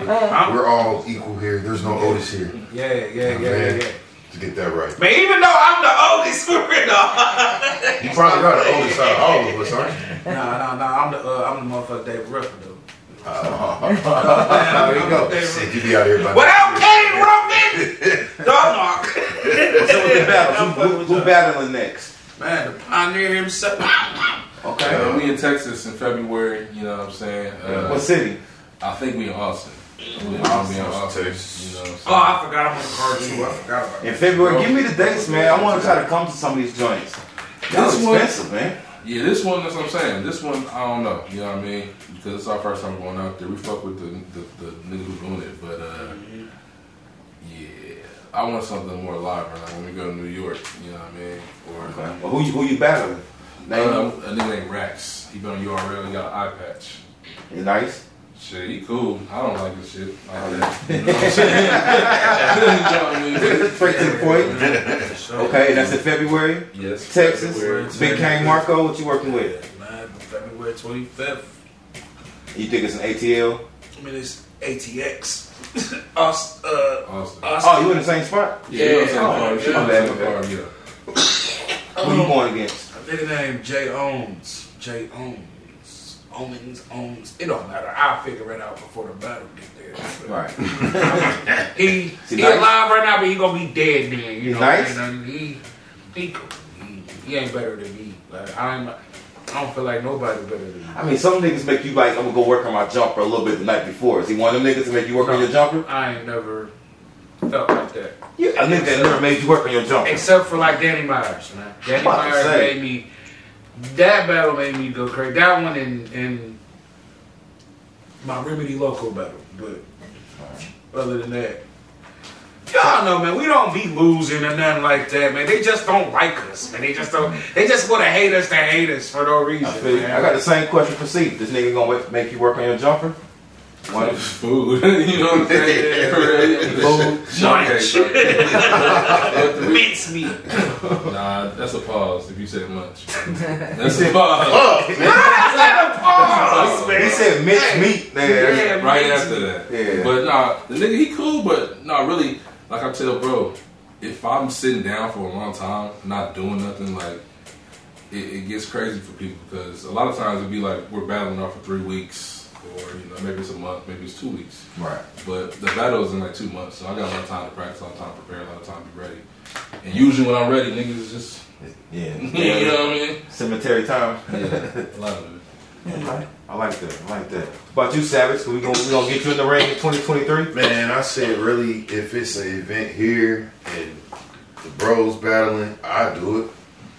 B: We're all equal here. There's no Otis here.
D: yeah, yeah, yeah, yeah.
B: Man.
D: yeah.
B: To get that right.
D: Man, even though I'm the oldest, for real.
B: You probably got the oldest out of all of us, aren't you?
D: Nah, nah, nah. I'm the uh, I'm the motherfucker Dave Ruffin though. Oh.
B: There you go. Shit, you be out here by
D: Without Dave Ruffin, dog knock.
G: what's up with the battles? Who, who, who battling next?
D: Man, the pioneer himself.
G: Okay.
C: And we in Texas in February, you know what I'm saying? Uh,
G: What city?
C: I think we in Austin. We in Austin, Austin,
B: Texas.
C: You know what I'm
D: Oh,
C: saying?
D: I forgot I'm on the card too. I forgot about
G: In February. Give me the dates, man. I want to try to come to some of these joints. That's
C: This one-
G: expensive, man.
C: Yeah, this one, that's what I'm saying. This one, I don't know. You know what I mean? Because it's our first time going out there. We fuck with the the, the nigga who's doing it, but uh, yeah, I want something more live. Right? Like when we go to New York, you know what I mean? Or
G: Okay. Well, who you who you battling? Name
C: uh, a nigga named Rax. He been on URL. He got an eye patch.
G: You nice.
C: Shit, he cool. I don't like this shit like that. You know what I'm saying? You know what I mean?
G: Straight to the point.
D: that. So,
G: Okay, that's in February.
C: Yes,
G: Texas. Big Kane Marco. What you working with?
D: Man, February 25th.
G: You think it's an ATL?
D: I mean, it's ATX. Us, uh,
C: Austin.
G: Oh, you in the same spot?
C: Yeah, you know what I'm saying?
G: Yeah.
C: Farm, yeah, I'm saying farm, yeah.
G: Who you going against?
D: a nigga named Jay Owens. Jay Owens. Owens, Owens. It don't matter. I'll figure it out before the battle get there.
G: Right.
D: He
G: He
D: he,
G: nice?
D: alive right now, but he gonna be dead then.
G: He
D: You know,
G: nice?
D: And, uh, he he cool. He- he ain't better than me. Like I'm, I don't feel like nobody better than me.
G: I mean, some niggas make you like, I'm gonna go work on my jumper a little bit the night before. Is he one of them niggas to make you work on your jumper?
D: I ain't never felt like that,
G: Yeah, a nigga that never made you work on your jumper.
D: except for like Danny Myers, man. Danny
G: About to
D: Myers
G: say.
D: made me. That battle made me go crazy. That one and and my Remedy Loco battle, but other than that. Y'all know, man, we don't be losing or nothing like that, man. They just don't like us, man. They just don't. They just want to hate us to hate us for no reason.
G: I feel you. I
D: man.
G: got the same question for C. This nigga gonna wa- make you work on your jumper?
C: What is food? you know what I'm saying?
G: Food.
C: Lunch.
D: Mince me.
C: Nah, that's a pause if you said lunch. That's a pause.
D: Pause,
G: He
D: man.
G: said minced meat, nigga.
D: Yeah,
C: Right
D: mince
C: after
D: meat.
C: that.
G: Yeah.
C: But nah, the nigga, he cool, but nah, really, like I tell bro, if I'm sitting down for a long time, not doing nothing, like, it, it gets crazy for people because a lot of times it'd be like we're battling off for three weeks or, you know, maybe it's a month, maybe it's two weeks.
G: Right.
C: But the battle is in like two months, so I got a lot of time to practice, a lot of time to prepare, a lot of time to be ready. And usually when I'm ready, niggas is just, you
G: Yeah.
C: know what I mean?
G: Cemetery time.
C: Yeah, a lot of it.
G: I like that. I like that. What about you, Savage? We gonna we gonna get you in the ring in 2023?
B: Man, I said really, if it's an event here and the bros battling, I do it.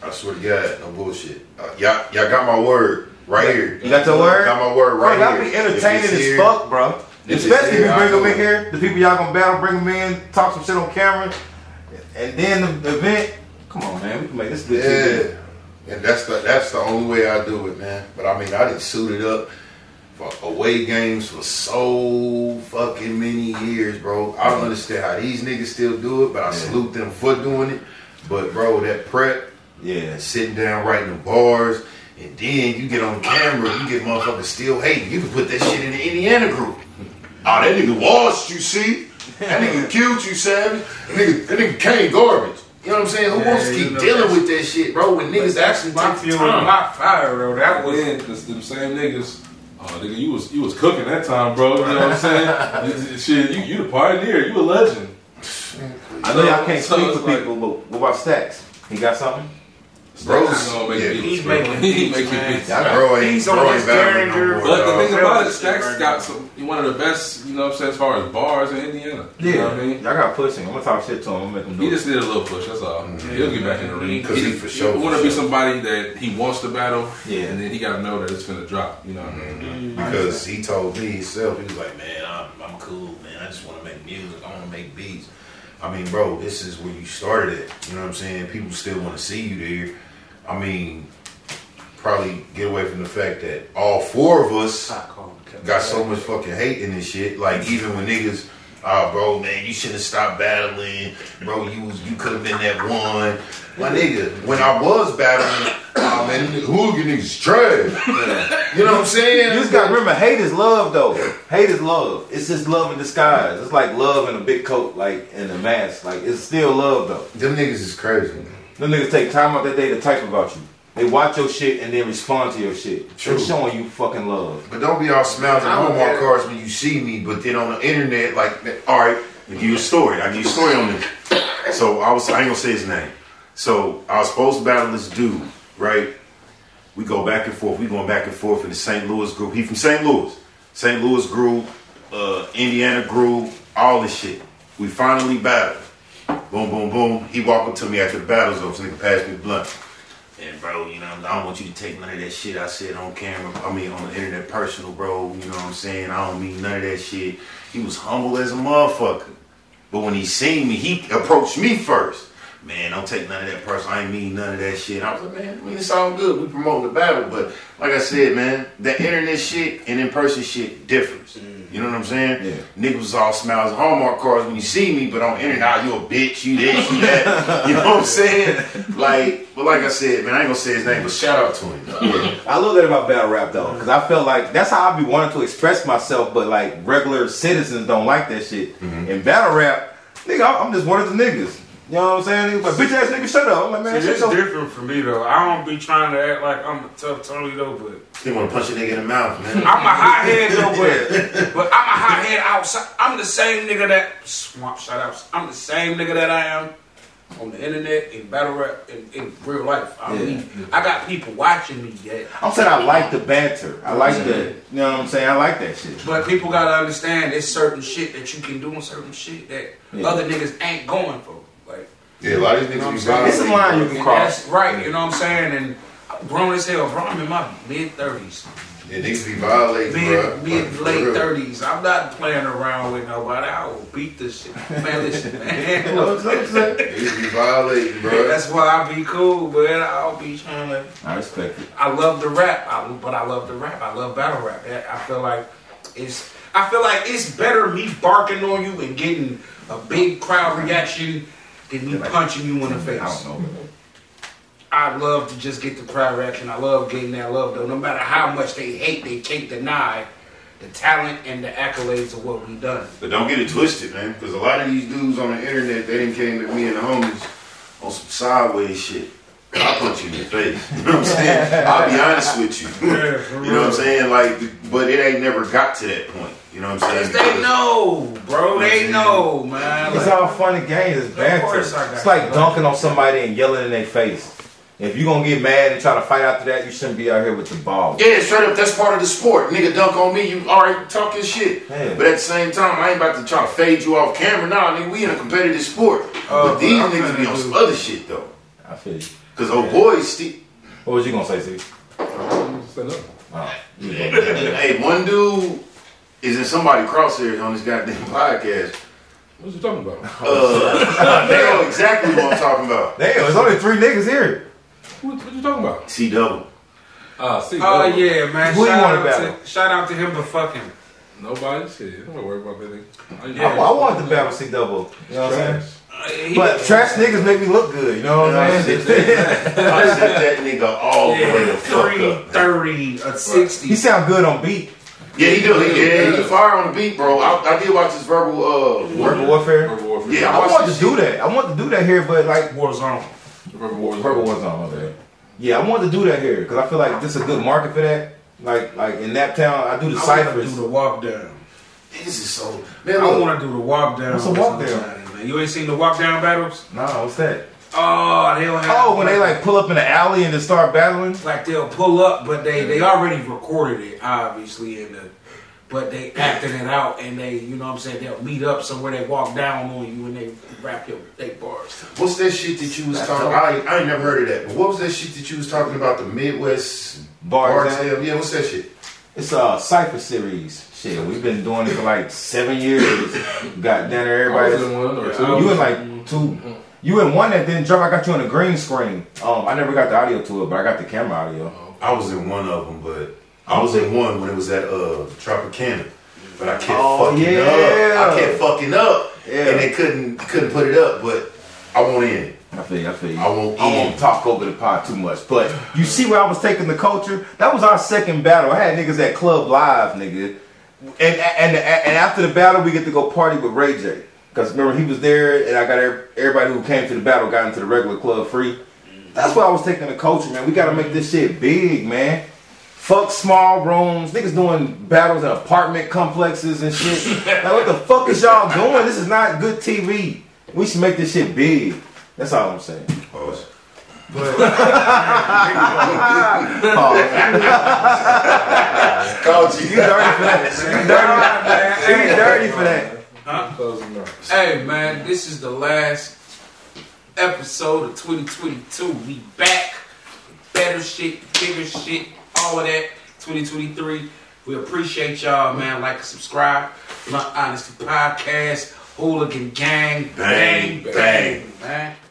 B: I swear to God, no bullshit. Uh, y'all, y'all got my word right here.
G: You got your word?
B: Got my word right
G: Bro, y'all
B: here.
G: be
B: If it's
G: entertaining as
B: here-
G: fuck, bro.
B: it's
G: Especially if
B: here,
G: you
B: I
G: bring them
B: know.
G: in here, the people y'all gonna battle, bring them in, talk some shit on camera, and then the event. Come on, man, we can make this good shit.
B: Yeah, and that's the that's the only way I do it, man. But I mean, I didn't suit it up for away games for so fucking many years, bro. I don't understand how these niggas still do it, but I salute them for doing it. But bro, that prep
G: Yeah,
B: and sitting down writing the bars, and then you get on camera, you get motherfuckers still hating. You can put that shit in the Indiana group. Oh, that nigga washed, you see? That nigga cute, you savage. That nigga, that nigga came garbage. You know what I'm saying? Who
D: Yeah,
B: wants to
D: you
B: keep
D: know
B: dealing
D: that's-
B: with that shit, bro? When niggas actually
D: My
B: take the
D: fuel,
B: time.
D: my fire, bro. That
C: Well,
D: was
C: then, it's them same niggas. Oh, nigga, you was you was cooking that time, bro. You know what I'm saying? You- Shit, you you the pioneer. You a legend.
G: I know y'all can't
C: So
G: speak
C: it's
G: for
C: like-
G: people, but what about Stacks? He got something?
C: Bros, gonna make
B: Yeah.
C: beats,
D: He's
C: bro.
D: making
C: He
D: beats,
C: making
D: man.
C: beats.
B: That bro ain't,
D: He's
B: bro
D: on
B: ain't
D: his
B: battling no
D: Derringer.
B: more,
C: But the
B: dog.
C: thing about it,
D: Bros,
C: Stacks
D: right
C: got
D: now.
C: some one of the best. You know what I'm saying? As far as bars in Indiana. You know what I
G: y'all
C: mean.
G: got pushing. I'm gonna talk shit to him. I'm gonna make him do
C: He
G: it.
C: just needed a little push. That's all.
D: Mm-hmm.
C: He'll get back in the ring.
B: 'Cause he for sure-
C: want to
B: for
C: be
B: sure.
C: somebody that he wants to battle.
G: Yeah.
C: And then he got to know that it's gonna drop. You know what I mean?
B: Because he told me himself, he was like, man, I'm, I'm cool, man. I just want to make music. I want to make beats. I mean, bro, this is where you started at. You know what I'm saying? People still want to see you there. I mean, probably get away from the fact that all four of us got so much fucking hate in this shit. Like, even when niggas, ah, bro, man, you should have stopped battling. Bro, you was, you could have been that one. My nigga, when I was battling, ah, man, who you niggas trash? You know what I'm saying?
G: You just gotta remember, hate is love, though. Hate is love. It's just love in disguise. It's like love in a big coat, like in a mask. Like it's still love, though.
B: Them niggas is crazy. man.
G: Them niggas take time out their day to type about you. They watch your shit and then respond to your shit.
B: True.
G: They're showing you fucking love.
B: But don't be all smiles and
D: I don't get
B: Hallmark
D: it.
B: cards when you see me, but then on the internet, like, all right, I give you a story. I give you a story on this. So I was, I ain't gonna say his name. So I was supposed to battle this dude, right? We go back and forth. We going back and forth in the St. Louis group. He from St. Louis. St. Louis group, uh, Indiana group, all this shit. We finally battled. Boom, boom, boom. He walked up to me after the battle's over. So nigga passed me the blunt. And bro, you know, I don't want you to take none of that shit I said on camera. I mean, on the internet, personal, bro. You know what I'm saying? I don't mean none of that shit. He was humble as a motherfucker. But when he seen me, he approached me first. Man, don't take none of that personal. I ain't mean none of that shit. I was like, man, I mean, it's all good. We promoting the battle, but like I said, man, that internet shit and in person shit differs. You know what I'm saying?
G: Yeah.
B: Niggas was all smiles and Hallmark cards when you see me, but on internet, "Ah, you a bitch, you this, you that. you know what I'm saying? Like, but like I said, man, I ain't gonna say his name, but shout out to him.
G: I love that about battle rap though, because I felt like that's how I be wanting to express myself, but like regular citizens don't like that shit.
D: Mm-hmm.
G: In battle rap, nigga, I'm- I'm just one of the niggas. You know what I'm saying? Niggas like, bitch ass nigga, shut up. I'm like, man,
D: See,
G: shut
D: it's
G: your
D: different for me though. I don't be trying to act like I'm a tough Tony though, but
B: He wanna punch a nigga in the mouth, man.
D: I'm a hot head though, but, but I'm a hot head outside. I'm the same nigga that swamp shout out. I'm the same nigga that I am on the internet in battle rap in, in real life. I mean, I got people watching me, yeah.
G: I'm saying I like the banter. I like the, you know what I'm saying? I like that shit.
D: But people gotta understand there's certain shit that you can do and certain shit that
G: Yeah.
D: other niggas ain't going for. Like
B: Yeah, a lot of these
D: You know
B: niggas
D: what
B: be
D: I'm
B: violent.
G: It's a line you
D: and
G: can
D: that's
G: cross.
D: right, you know what I'm saying? And I'm grown as hell, bro. I'm in my mid thirties.
B: Yeah, niggas be violating,
D: Mid,
B: bro.
D: mid late thirties. I'm not playing around with nobody. I will beat this shit. Man, listen, man. Look,
B: Niggas be violating, bro.
D: That's why I be cool, man. I'll be trying to
G: I respect it.
D: I love the rap, I, but I love the rap. I love battle rap. I I feel like it's. I feel like it's better me barking on you and getting a big crowd reaction than me punching you in the face.
G: I don't know.
D: I love to just get the crowd reaction. I love getting that love though. No matter how much they hate, they can't deny the talent and the accolades of what we've done.
B: But don't get it twisted, man, because a lot of these dudes on the internet, they didn't came at me and the homies on some sideways shit. I punch you in the face. You know what I'm saying? I'll be honest with you. you know what I'm saying? Like, but it ain't never got to that point. You know what I'm saying?
D: Cause they know, bro. They know, man.
G: It's all fun and games. It's banter.
D: course I got
G: It's
D: you.
G: like dunking on somebody and yelling in their face. If you gonna get mad and try to fight after that, you shouldn't be out here with the ball.
B: Yeah, straight up, that's part of the sport. Nigga dunk on me, you already talking shit.
G: Yeah.
B: But at the same time, I ain't about to try to fade you off camera. Nah, nigga, we in a competitive sport. but these
D: Oh, I'm
B: niggas
D: finna
B: be on
D: do-
B: some other shit, though.
G: I feel you.
B: Because old boys, sti-
G: What was you gonna say, Steve?
D: Mm-hmm.
C: Stand up.
G: Oh, you was gonna-
B: hey, one dude is in somebody crosshairs on this goddamn podcast.
C: What you talking about?
B: Uh, they know exactly what I'm talking about.
G: Damn, there's only three niggas here.
C: What, what you talking about?
B: C double.
C: Ah, see.
D: Oh
C: no-
D: yeah, man.
G: Who you
D: Shout
G: wanna
D: out,
G: battle?
D: to, shout out to him for fucking.
C: Nobody. Shit. Don't worry about that. nigga. I,
G: I, I wanted to battle C double. You know what I'm saying?
C: Trash.
D: Uh, he-
G: But trash niggas make me look good. You know what
B: I
G: I'm
B: set
G: saying?
B: that, I set that nigga all the way the Oh, fuck
D: three
B: up.
D: thirty or
G: He
D: sixty.
G: sound good on beat.
B: Yeah, he do. He, yeah, he fire on the beat, bro. I, I did watch his verbal. Uh,
G: Verbal
B: work.
G: warfare.
C: Verbal warfare.
B: Yeah,
G: I
B: watched
G: want
B: this
G: to do that. I want to do that here, but like
D: Warzone.
C: Verbal warfare.
G: Purple was on okay. Yeah, I wanted to do that here because I feel like this is a good market for that. Like, like in Nap Town, I do the
D: I want to
G: ciphers.
D: do the walk down.
B: This is so. Man,
D: I
B: look.
D: want to do the walk down.
G: What's a walk
D: with
G: down?
D: somebody, man. You ain't seen the walk down battles?
G: Nah, what's that?
D: Oh, they'll have.
G: Oh, when they like pull up in the alley and just start battling.
D: like they'll pull up, but they they already recorded it, obviously, and the, but they acting it out, and they you know what I'm saying they'll meet up somewhere, they walk down on you, and they rap your they bars.
B: What's that shit that you was talking? I I ain't never heard of that. But what was that shit that you was talking about? The Midwest
G: Bar
B: bar
G: exam.
B: tab? Yeah, what's that shit?
G: It's a cipher series. Shit, we've been doing it for like seven years. Got down there,
C: I
G: everybody.
C: Oh, was in one or two.
G: You in like two. You in one that didn't drop. I got you on the green screen. Um, I never got the audio to it, but I got the camera audio.
B: I was in one of them, but I was in one when it was at uh Tropicana. But I kept
G: Oh,
B: fucking
G: yeah.
B: up. I kept fucking up, and they couldn't couldn't put it up. But I want in.
G: I feel you. I feel you.
B: I won't
G: I won't
B: end.
G: talk over the pod too much, but you see where I was taking the culture. That was our second battle. I had niggas at Club Live, nigga, and and and after the battle, we get to go party with Ray J. Cause remember he was there, and I got ev- everybody who came to the battle got into the regular club free. That's why I was taking the culture, man. We gotta make this shit big, man. Fuck small rooms. Niggas doing battles in apartment complexes and shit. like, what the fuck is y'all doing? This is not good TV. We should make this shit big. That's all I'm saying. Oh,
B: Called you.
G: you dirty for that. You dirty. You dirty for that.
C: Closing up.
D: Hey man, this is the last episode of 2022. We back, better shit, bigger shit, all of that. 2023. We appreciate y'all, man. Like and subscribe. Blunt Honesty Podcast, Hooligan Gang,
B: Bang, bang.
D: man.